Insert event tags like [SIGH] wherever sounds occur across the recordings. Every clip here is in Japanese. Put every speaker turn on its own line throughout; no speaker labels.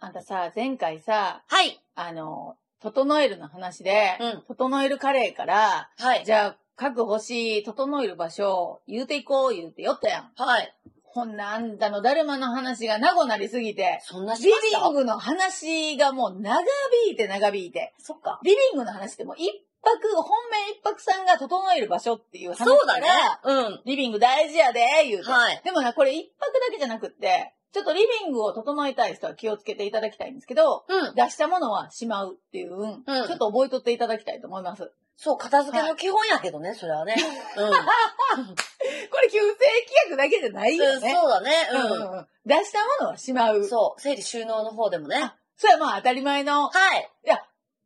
あんたさ、前回さ、
はい。
あの、整えるの話で、
うん
整えるカレーから、
はい。
じゃあ、各星、整える場所、言うていこう、言うてよったやん。
はい。
ほんなあんたのだるまの話がなごなりすぎて、
そんなし
リビ
ました
ングの話がもう長引いて長引いて、
そっか。
リビングの話ってもう一泊、本命一泊さんが整える場所っていう話だか
そ
ら
うだね。うん。
リビング大事やで、言うて。
はい
でもな、これ一泊だけじゃなくって、ちょっとリビングを整えたい人は気をつけていただきたいんですけど、
うん。
出したものはしまうっていう、うん、ちょっと覚えとっていただきたいと思います。こ
そう、片付けの基本やけどね、それはね。うん。うん
れ、旧正規約だけじゃない
そう
よね。
だね。
うんうんうん出したものはしま
う。。
うん
そう、整理収納の方でもね。は
あそれはまあ当たり前の。
い。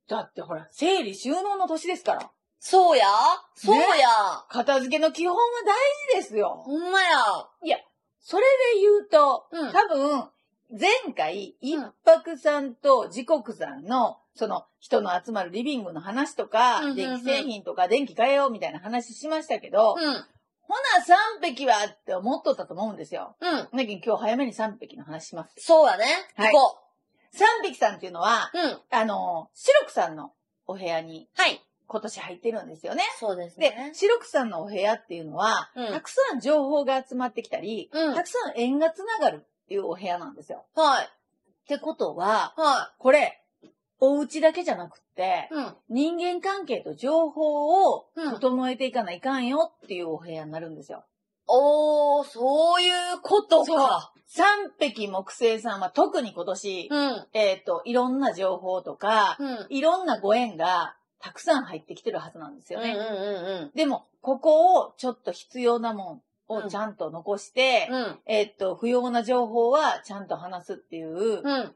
だってほら、整理収納の年ですから。
そうやそうや、
片付けの基本は大事ですよ。
ほんまや
それで言うと、
うん。
多分、前回、一泊さんと時刻さんの、その、人の集まるリビングの話とか、
うんうんうん
電気製品とか電気変えようみたいな話しましたけど、
うん。
ほな3匹はって思っとったと思うんですよ。
うん。
だけど今日早めに3匹の話します。
そうやね。
はい
行こ
3匹さんっていうのは、
う。うん。
あの、白くさんのお部屋に
はい。
今年入ってるんですよね。
そうです
で
ね、。
白くさんのお部屋っていうのは、
うん
たくさん情報が集まってきたり、
うん。は
た
い
く。さん縁がつながるっていうお部屋なんですよ。ってことは、
は
これ、お家だけじゃなくって
い。、うん。
人間関係と情報を
うん
整えていかないかんよっていうお部屋になるんですよ。
おー、そういうことか。
三匹木星さんは特に今年、
うん。
えっ、と、いろんな情報とか、
うん。うん
いろんなご縁がたくさん入ってきてるはずなんです
う
よ
んうん
ね。
うん
でも、ここをちょっと必要なもんをちゃんと残して、
うん。
えっ、と、不要な情報はちゃんと話すっていう、
うん。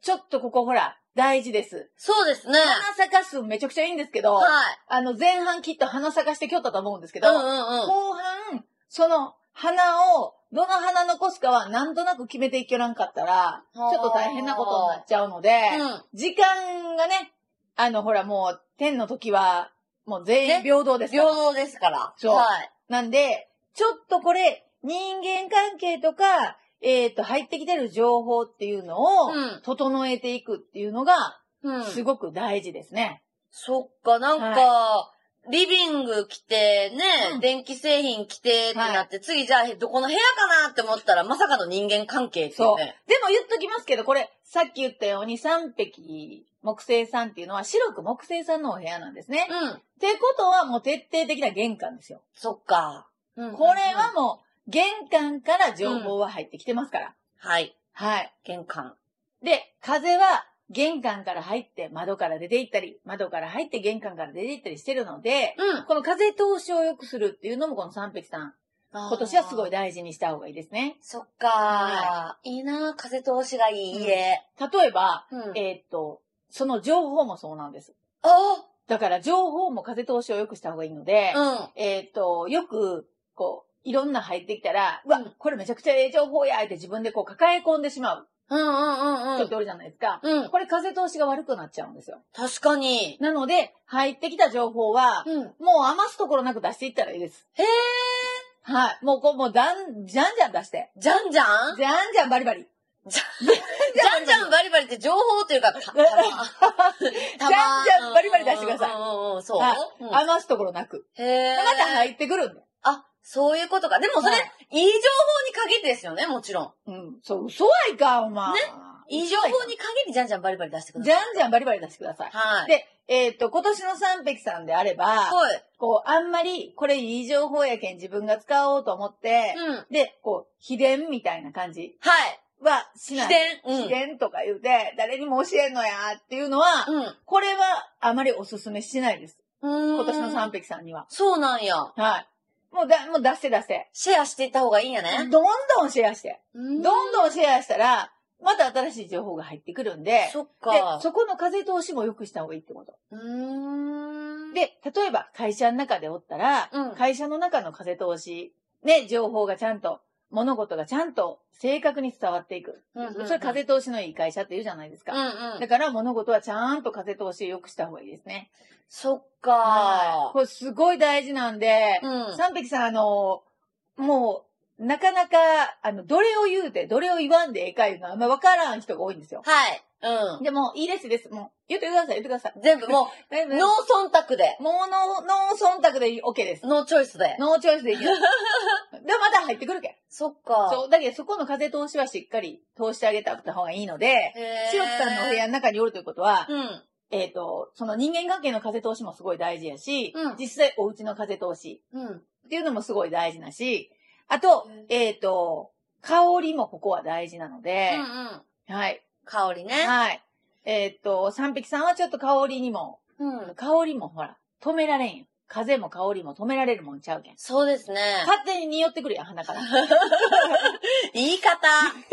ちょっとここほら、大事です。
そうですね。
花咲かすめちゃくちゃいいんですけど、
はい。
あの、前半きっと花咲かしてきよったと思うんですけ
う
ど、
んうんうん。
後半、その花を、どの花残すかはなんとなく決めていけらんかったら、ちょっと大変なことになっちゃうので、
うん。
時間がね、あの、ほらもう、天の時は、もう全員
ね
平等ですか
平
ら。
等ですから。
そう
はい。
なんで、ちょっとこれ、人間関係とか、えっ、と、入ってきてる情報っていうのを、
うん
整えていくっていうのが、
うん。
すごく大事ですね。
そっか、なんか、リビング来て、
う
ね
ん、
電気製品来てってなって、次じゃあどこの部屋かなって思ったら、まさかの人間関係ってい
そうう。で
ね。
も言っときますけど、これ、さっき言ったように3匹木星さんっていうのは白く木星さんのお部屋なんですね。
うん。
ってことはもう徹底的な玄関ですよ。
そっか。こ
これは、もう玄関から情報は入ってきてますから。
はい。
はい。
玄関。
で、風は玄関から入って窓から出て行ったり、窓から入って玄関から出て行ったりしてるので、
うん。
この風通しを良くするっていうのもこの三匹さん、
今
今年はすごい。大事にした方がいいですね。
そっか。いいな風通しがいい家。
例えば、
うん。
えーっと、その情報もそうなんです。
あ
だから情報も風通しを良くした方がいいので、
うん。
えっ、と、よく、こう、いろんな入ってきたら、うわ、
うん
これめちゃくちゃええ情報やって自分でこう抱え込んでしまう
うんうんうんう
人っ
ん
て。おるじゃないですか。
うん。
これ風通しが悪くなっちゃうんですよ。
確かに。
なので、入ってきた情報は、
うん。
もう余すところなく出していったらいいです。
へえ。
はい。もうこう、もう、だん、じゃんじゃん出して。
じゃんじゃん
じゃんじゃんバリバリ。
じゃ
じ
じ
ゃ
ゃ
んじ
んじ
ゃ
ゃ
ん
んバリバリって情報というか、たた
[LAUGHS]
ま
じゃんじゃんバリバリ出してください
うんうんうん、そう
はい。
うん
余すところなく。
へ
で
え。
また入ってくるんで。
あ、そういうことか。でもそれ、
はい
い、い情報に限りですよね、もちろ
う
ん。
ん。そう、嘘はいかん、お前。
ねいい情報
嘘はいかん
に限りじゃんじゃんバリバリ出してくだ
じ
さい。
ゃんじゃんバリバリ出してください。
はい。
で、えっ、と、今年の三匹さんであれば、
はい。
こう、あんまり、これいい情報やけん自分が使おうと思って、
うん。はい。
で、こう、秘伝みたいな感じはしない。
秘伝。うん。
秘伝とか言うて、誰にも教えんのやっていうのは、
うん。
これはあまりおすすめしないです。
今
今年の三匹さんには。
そうなんや。
はい。もうだ、もう出せ出せ。
シェアしていった方がいいんや
どん
ね。
どんシェアして。
ど
ど
ん
んどんシェアしたら、また新しい情報が入ってくるんで、
そっ
で
か。、
そこの風通しも良くした方がいいってこと。
うーん。、
で、例えば会社の中でおったら、
うん
会社の中の風通し、ね、情報がちゃんと、物事がちゃんと正確に伝わっていく。
うんうんうん
それ風通しのいい会社って言うじゃないです
う
か。
んうん
だ。から物事はちゃんと風通しを良くした方がいいですね。
そっ
はい
か。
これすごい大事なんで、
うん。
三匹さん、あの、もなかなか、あの、どれを言うて、どれを言わんでええかいうのは、あんまわからん人が多いんですよ。
はい。う
でも、いいです、いいです。もう、言ってください、言ってください。
ん。全部も
だいぶ
う、ノー忖度で、
もうノー、ノー忖度で OK です。
ノーチョイスで。
ノーチョイスでいい
[LAUGHS]
です。で、また入ってくるけん。
そっか。
そう。だけど、そこの風通しはしっかり通してあげた方がいいので、
へー
白木さんのお部屋の中におるということは、
うん。
えっ、と、その人間関係の風通しもすごい大事やし、
うん
実際お家の風通し
うん。
っていうのもすごい大事なし、あと、えっ、と、香りもここは大事なので
う、んうん。
はい。
香りね。
はい。えっ、と、三匹さんはちょっと香りにも、
うん。
香りもほら、止められんよ。風も香りも止められるもんちゃうけん。
そうですね。
勝手に匂ってくるやん、鼻から。い [LAUGHS]
言い方。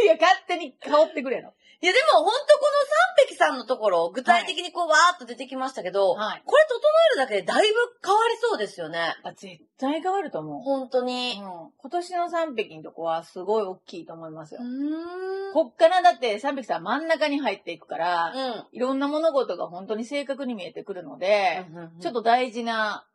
や、勝手に香ってくれの。
いや、でも、ほんとこの三匹さんのところ、具体的にこう、わーっと出てきましたけど、
はい。
これ整えるだけでだいぶ変わりそうですよね。
あ絶対変わると思う。
本当
うん
に。
今年の3匹のとこはすごい大きいと思いますよ。
ん
こっからだって3匹さん真ん中に入っていくから、
うん。
いろんな物事が本当に正確に見えてくるので、ちょっ
と、
と大事な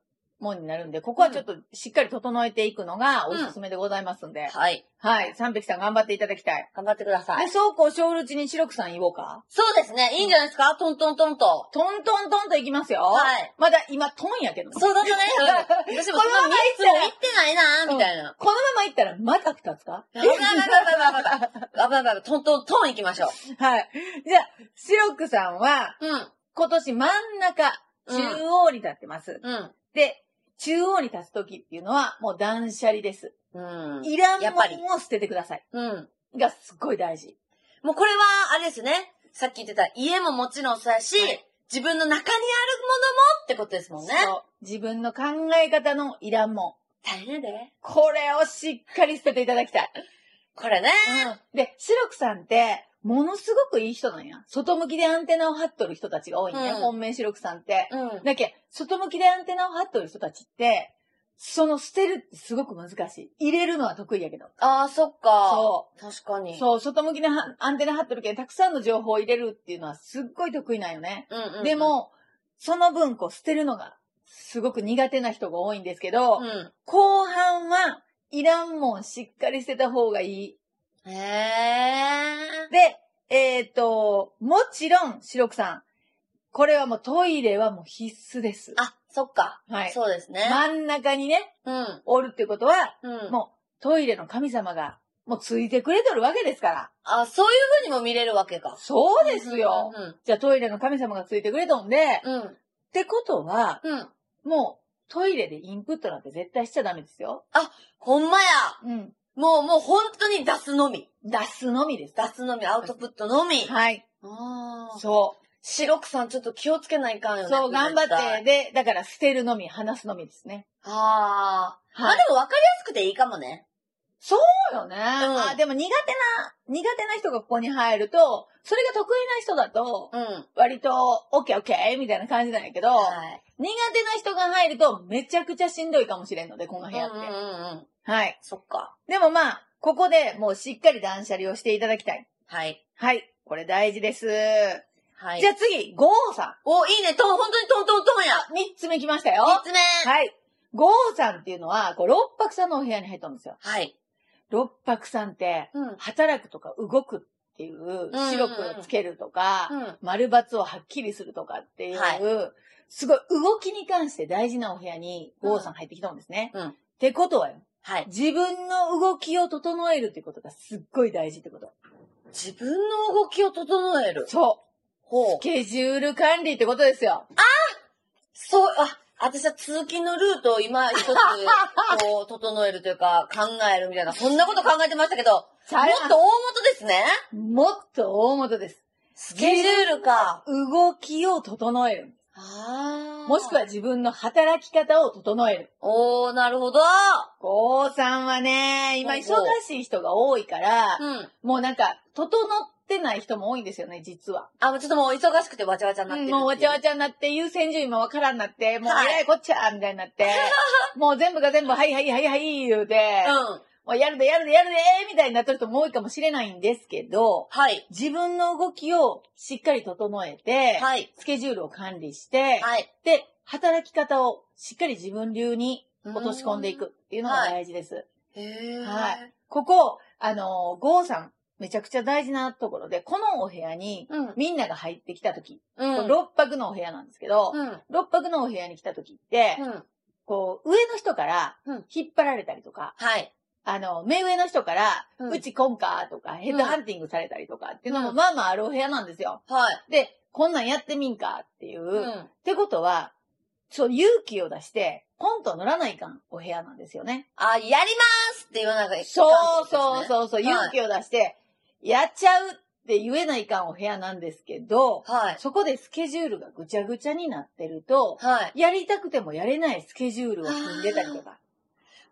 もんになるんで、ここはちょっとしっかり整えていくのがおすすめでございますんで、
はい。
はい、3匹さん頑張っていただきたい。
頑張ってくださ
で、
い。
そうこう小うちに白くさん言おうか。
そうですね。いいんじゃないですか、トントントンと。
トントントンといきますよ。
はい。
まだ今トンやけどね。
そうだとね。うん私も
こ
そ
のま
の
ま行っ
3つ
た
も
ら
言ってないなーみたいな。
このままいったらまた2つか
危ない危ない危ない危ない。危ない危ない。トントントン行きましょ
はい。じゃあ、白くさんは、
う。うん。
今年真ん中、
うん
中央に立ってます。
うん。
で、中央に立つ時っていうのは、もう断捨離です。
うん。
いらん
やっぱり
もんを捨ててください。
うん。
がすっごい大事。
もうこれは、あれですね。さっき言ってた、家ももちろんそうやし、
はい
自分の中にあるものもってことですもんね。
そう自分の考え方のいらんもん。
大変やで。
これをしっかり捨てていただきたい。
これね。
で、白くさんって、ものすごくいい人なんや。外向きでアンテナを張っとる人たちが多いんだよ。
うん
本命白くさんって。
うん。
だけど外向きでアンテナを張っとる人たちって、その捨てるってすごく難しい。入れるのは得意やけど。
ああ、そっか。。
そう
確かに。
そう、外向きなはアンテナ張っとるけん、たくさんの情報を入れるっていうのはすっごい得意なんよね。
うんうんうん
で、も、その分、こう、捨てるのが、すごく苦手な人が多いんですけど、
うん。
後半は、いらんもんしっかり捨てた方がいい。
へえ。
で、えっ、と、もちろん、白くさん、これはもうトイレはもう必須です。
あ、そっか。
はい。
そうですね。
真ん中にね、
うん。
おるってことは、
うん。
もう、トイレの神様が、もうついてくれとるわけですから。
あ、そういう風にも見れるわけか。
そうですよ。
うん
じゃあトイレの神様がついてくれとんで、っ
うん。うん。
てことは、
うん。
もうトイレでインプットなんて絶対しちゃダメですよ。
ほんまや。
うん。
もう、もう本当に出すのみ。
出すのみです。
出すのみ、アウトプットのみ。
はい。
ああ。
そ
白くさんちょっと気をつけないかん
う。
よね。
そう、頑張
絶対
って。。で、だから捨てるのみ、話すのみですね。
ああ。ま
は
あ
い
でも分かりやすくていいかもね。
そうよね。
ん
あ、でも苦手な、苦手な人がここに入ると、それが得意な人だと、
うん。
割と、オッケーオッケーみたいな感じなんやけど、
はい。
苦手な人が入ると、めちゃくちゃしんどいかもしれんので、この部屋って。
うんうんうんうん。
はい。
そっか。
でもまあ、ここでもうしっかり断捨離をしていただきたい。
はい。
はい。これ大事です。
はい。
じゃあ次、ゴーさ
お、いいね、トン、本当にトントントンや。
ん。三つ目来ましたよ。
三つ目。
はい。ゴーさんっていうのは、こう、六白さんのお部屋に入ったんですよ。
はい。
六白さんって、
うん。
働くとか動くっていう、
うん
白くをつけるとか、
うん。
丸抜をはっきりするとかっていう、
は
すごい動きに関して大事なお部屋に、ゴーさん入ってきたんですね。
うん
ってことはよ、
はい。
自分の動きを整えるってことがすっごい大事ってこと。
自分の動きを整える。
そう。
ほう
ス。ケジュール管理ってことですよ。
そう、あ、私は通勤のルートを今一つ、こう、整えるとい
[LAUGHS]
うか、考えるみたいな、そんなこと考えてましたけど、も
ちゃい
っと大元ですね。
ますもっと大元です。
スケジュールか。
動きを整える。
あー
もしくは。自分の働き方を整える。
おー、なるほど。
ゴーさんはね、今忙しい人が多いから、
うん。
もうなんか、整ってない人も多いんですよね、実は。
あ、もうちょっともう忙しくてわちゃわちゃになってるってい
もうわちゃわちゃになって、優先順位もわからんなって、もうえらいこっちゃみたいになって、もう全部が全部、はいはいはいはい、言うて、
うん。
もうやるでやるでやるで、みたいになってる人も多いかもしれないんですけど、
はい。
自分の動きをしっかり整えて、
はい。
スケジュールを管理して、
はい。
で、働き方をしっかり自分流に落とし込んでいくっていうのが大事です。
へー。
はい。ここ、あの、ゴーさん、めちゃくちゃ大事なところで、このお部屋に、
うん。
みんなが入ってきたとき、
うん。
こう6泊のお部屋なんですけど、
うん。
6泊のお部屋に来たときって、
うん。
こう、上の人から
うん、
引っ張られたりとか、
はい。
あの、目上の人から、
うん
うちこんかとか、ヘッドハンティングされたりとかっていうのも、
うん
まあまああるお部屋なんですよ。
はい。
で、こんなんやってみんかっていう。
うん。
ってことは、そう、勇気を出して、ポンと乗らないかんお部屋なんですよね。
あ、やりますって言わなきゃいけない、
そうそう
う。
そうそう、
い
勇気を出して、やっちゃうって言えないかんお部屋なんですけど、
はい。
そこでスケジュールがぐちゃぐちゃになってると、
はい。
やりたくてもやれないスケジュールを組んでたりとか、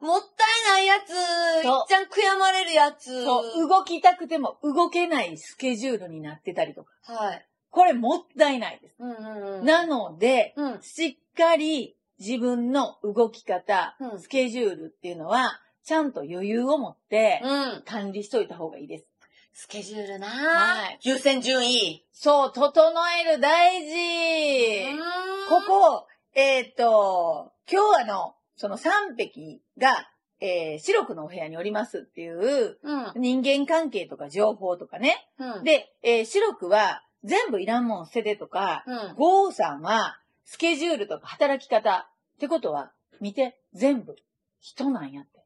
もったいないやつい
そう
っちゃん悔やまれるやつ
そう、動きたくても動けないスケジュールになってたりとか、
はい。
これもったいないです。
うんうんうん。
なので、
うん。
しっかり自分の動き方、
うん
スケジュールっていうのは、ちゃんと余裕を持って、
うん。
管理しといた方がいいです。
スケジュールな
はい
優先順位。
そう、整える大事
うーん
ここ、えっ、と、今日あの、その3匹が、えー、白くのお部屋におりますっていう、
うん。
人間関係とか情報とかね。
うん。
で、えー、白くは、全部いらんもん捨ててとか、
うん。
ゴーさんは、スケジュールとか働き方。ってことは、見て、全部、人なんやって。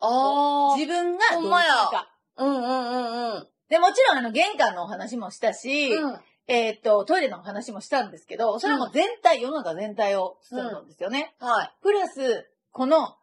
あ
自分がどうする
ほんまや
か。
あ。うんうんうんうん。
で、もちろん、あの、玄関のお話もしたし、
うん。
えーっと、トイレのお話もしたんですけど、それも全体、世の中全体を包むんですよね。
はい。
プラス、この、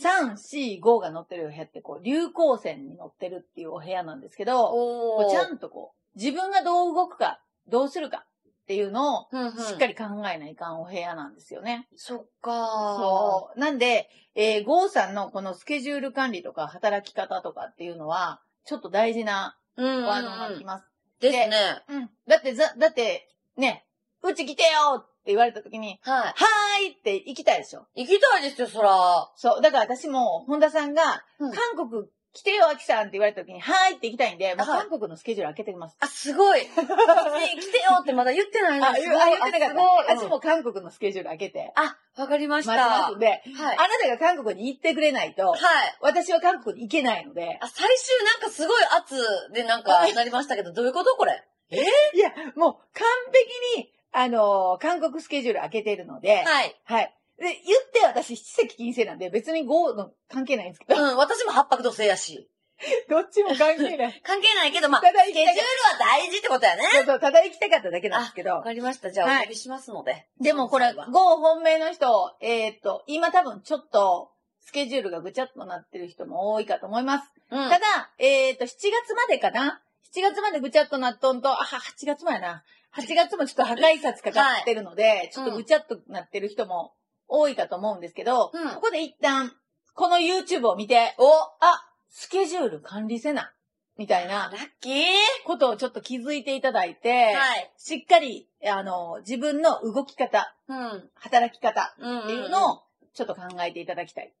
3、4、5が乗ってるお部屋って、こう、流行線に乗ってるっていうお部屋なんですけど、
お
こ
ー。
うちゃんとこう、自分がどう動くか、どうするかっていうのを、
うんうん。
しっかり考えないかんお部屋なんですよね。
そっかー。
そう。なんで、えー、ゴーさんのこのスケジュール管理とか働き方とかっていうのは、ちょっと大事な
う。うん、うん。
ワードになってきます。
ですね。
うん。だって、ざ、だって、ね、うち来てよって言われた時に、
は
はーいって行きたいでしょ。
い。行きたいですよ、そら。
そう。だから私も、本田さんが、
うん
韓国来てよ、アキさんって言われた時に、はーいって行きたいんで、もう
はい
韓国のスケジュール開けてきます。
あ、すごい。こっち来てよってまだ言ってないの
あ、
す
言う
ごい
あ言ってなかった。
あすごい
私も韓国のスケジュール開けて、
あ、わかりまし
待
た。
ちますんで、
はい。
あなたが韓国に行ってくれないと、
はい。
私は韓国に行けないので、
あ、最終なんかすごい圧でなんか
はい
なりましたけど、どういうことこれ。
いや、もう完璧に、あのー韓国スケジュール開けてるので、
はい。
はい。で、言って私、七席金星なんで、別に5の関係ないんですけ
う
ど、
ん、私も八白土星やし。
[LAUGHS] どっちも関係ない。
関係ないけ [LAUGHS] ど、まあ、
ただ
ス
行
ケ
き
ジュ
た
ー
い
ルは大事ってことやね。
そうそう、ただ行きたかっただけなんですけ
わ
ど。
かりました。じゃあ、
はい
お呼びしますので。
でもこれ、5
は
本命の人、えーっと、今多分ちょっと、スケジュールがぐちゃっとなってる人も多いかと思います。
うん。
ただ、えっ、と、7月までかな ?7 月までぐちゃっとなっとんと、あ、8月もやな。8月もちょっと破壊札かかってるので、ちょっとぐちゃっとなってる人も多いかと思うんですけど、
うん
ここで一旦、この YouTube を見て、
お
あ、スケジュール管理せな、みたい
ラ
な
ッキー
ことをちょっと気づいていただいて、
はい。
しっかり、あの、自分の動き方、
うん。
働き方
うん。
っていうのを、ちょっと考えていただきたい。っ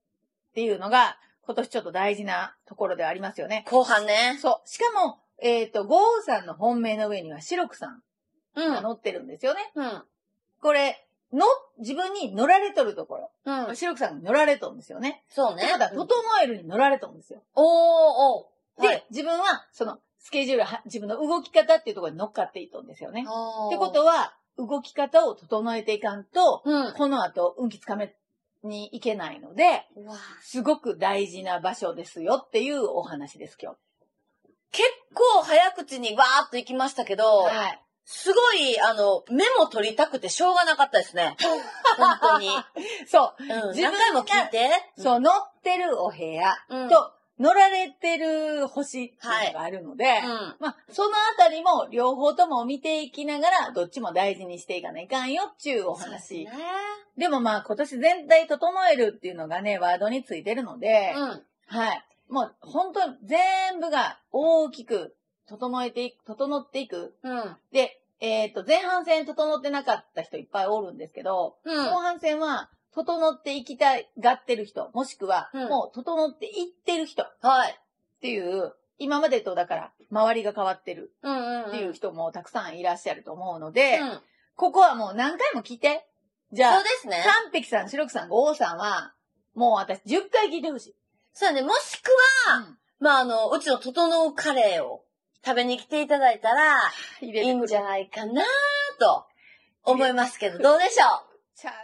ていうのが、今年ちょっと大事なところではありますよね。
後半ね。
そう。しかも、えっ、と、ゴーさんの本命の上にはシロクさん
うん。
が乗ってるんですよね。
うん。
これ、の、自分に乗られとるとこ
う
ろ。
ん。
シロクさんが乗られとるんですよね。
そうね
ね。まだ、整えるに乗られとるんですよ。
おーおー。
で、
はい、
自分は、その、スケジュールは、自分の動き方っていうところに乗っかっていっとんですよね。
っ
ってことは、動き方を整えていかんと、
うん。
この後、運気つかめに行けないので、
うわ
すごく大事な場所ですよっていうお話です、今
結構早口にわーっと行きましたけど、
日。はい。
すごい、あの、メモ取りたくてしょうがなかったですね。 [LAUGHS] 本当に。
そう。
うん、
自分
何
が
回も聞いて。
そう、乗ってるお部屋
うん。
と、乗られてる星っていうのがあるので、
うん。
まあ、そのあたりも両方とも見ていきながら、どっちも大事にしていかないかんよっていうお話。
そう
で
ですね
もまあ、今年全体整えるっていうのがね、ワードについてるので、
うん。
はい。もう、本当に全部が大きく整えていく、整っていく。
うん。
で、えっ、と、前半戦整ってなかった人いっぱいおるんですけど、
うん。
後半戦は、整っていきたがってる人、もしくは、
うん
もう整っていってる人っ
はい。
ていう、今までとだから、周りが変わってる
うんうん、うん。
っていう
人
人もたくさんいらっしゃると思うので、
うん。
ここはもう何回も聞いて。じゃ
そう
あ、
ですね。
三匹さん、白くさん、五王さんは、もう私10回聞いてほしい。
そうだね。もしくは、
うん
まあ、あの、うちの整うカレーを食べに来ていただいたら、
入
い
れ
い
て
ん
く
じ
る。
ゃないかなと思いますけど、どうでしょう
ちゃん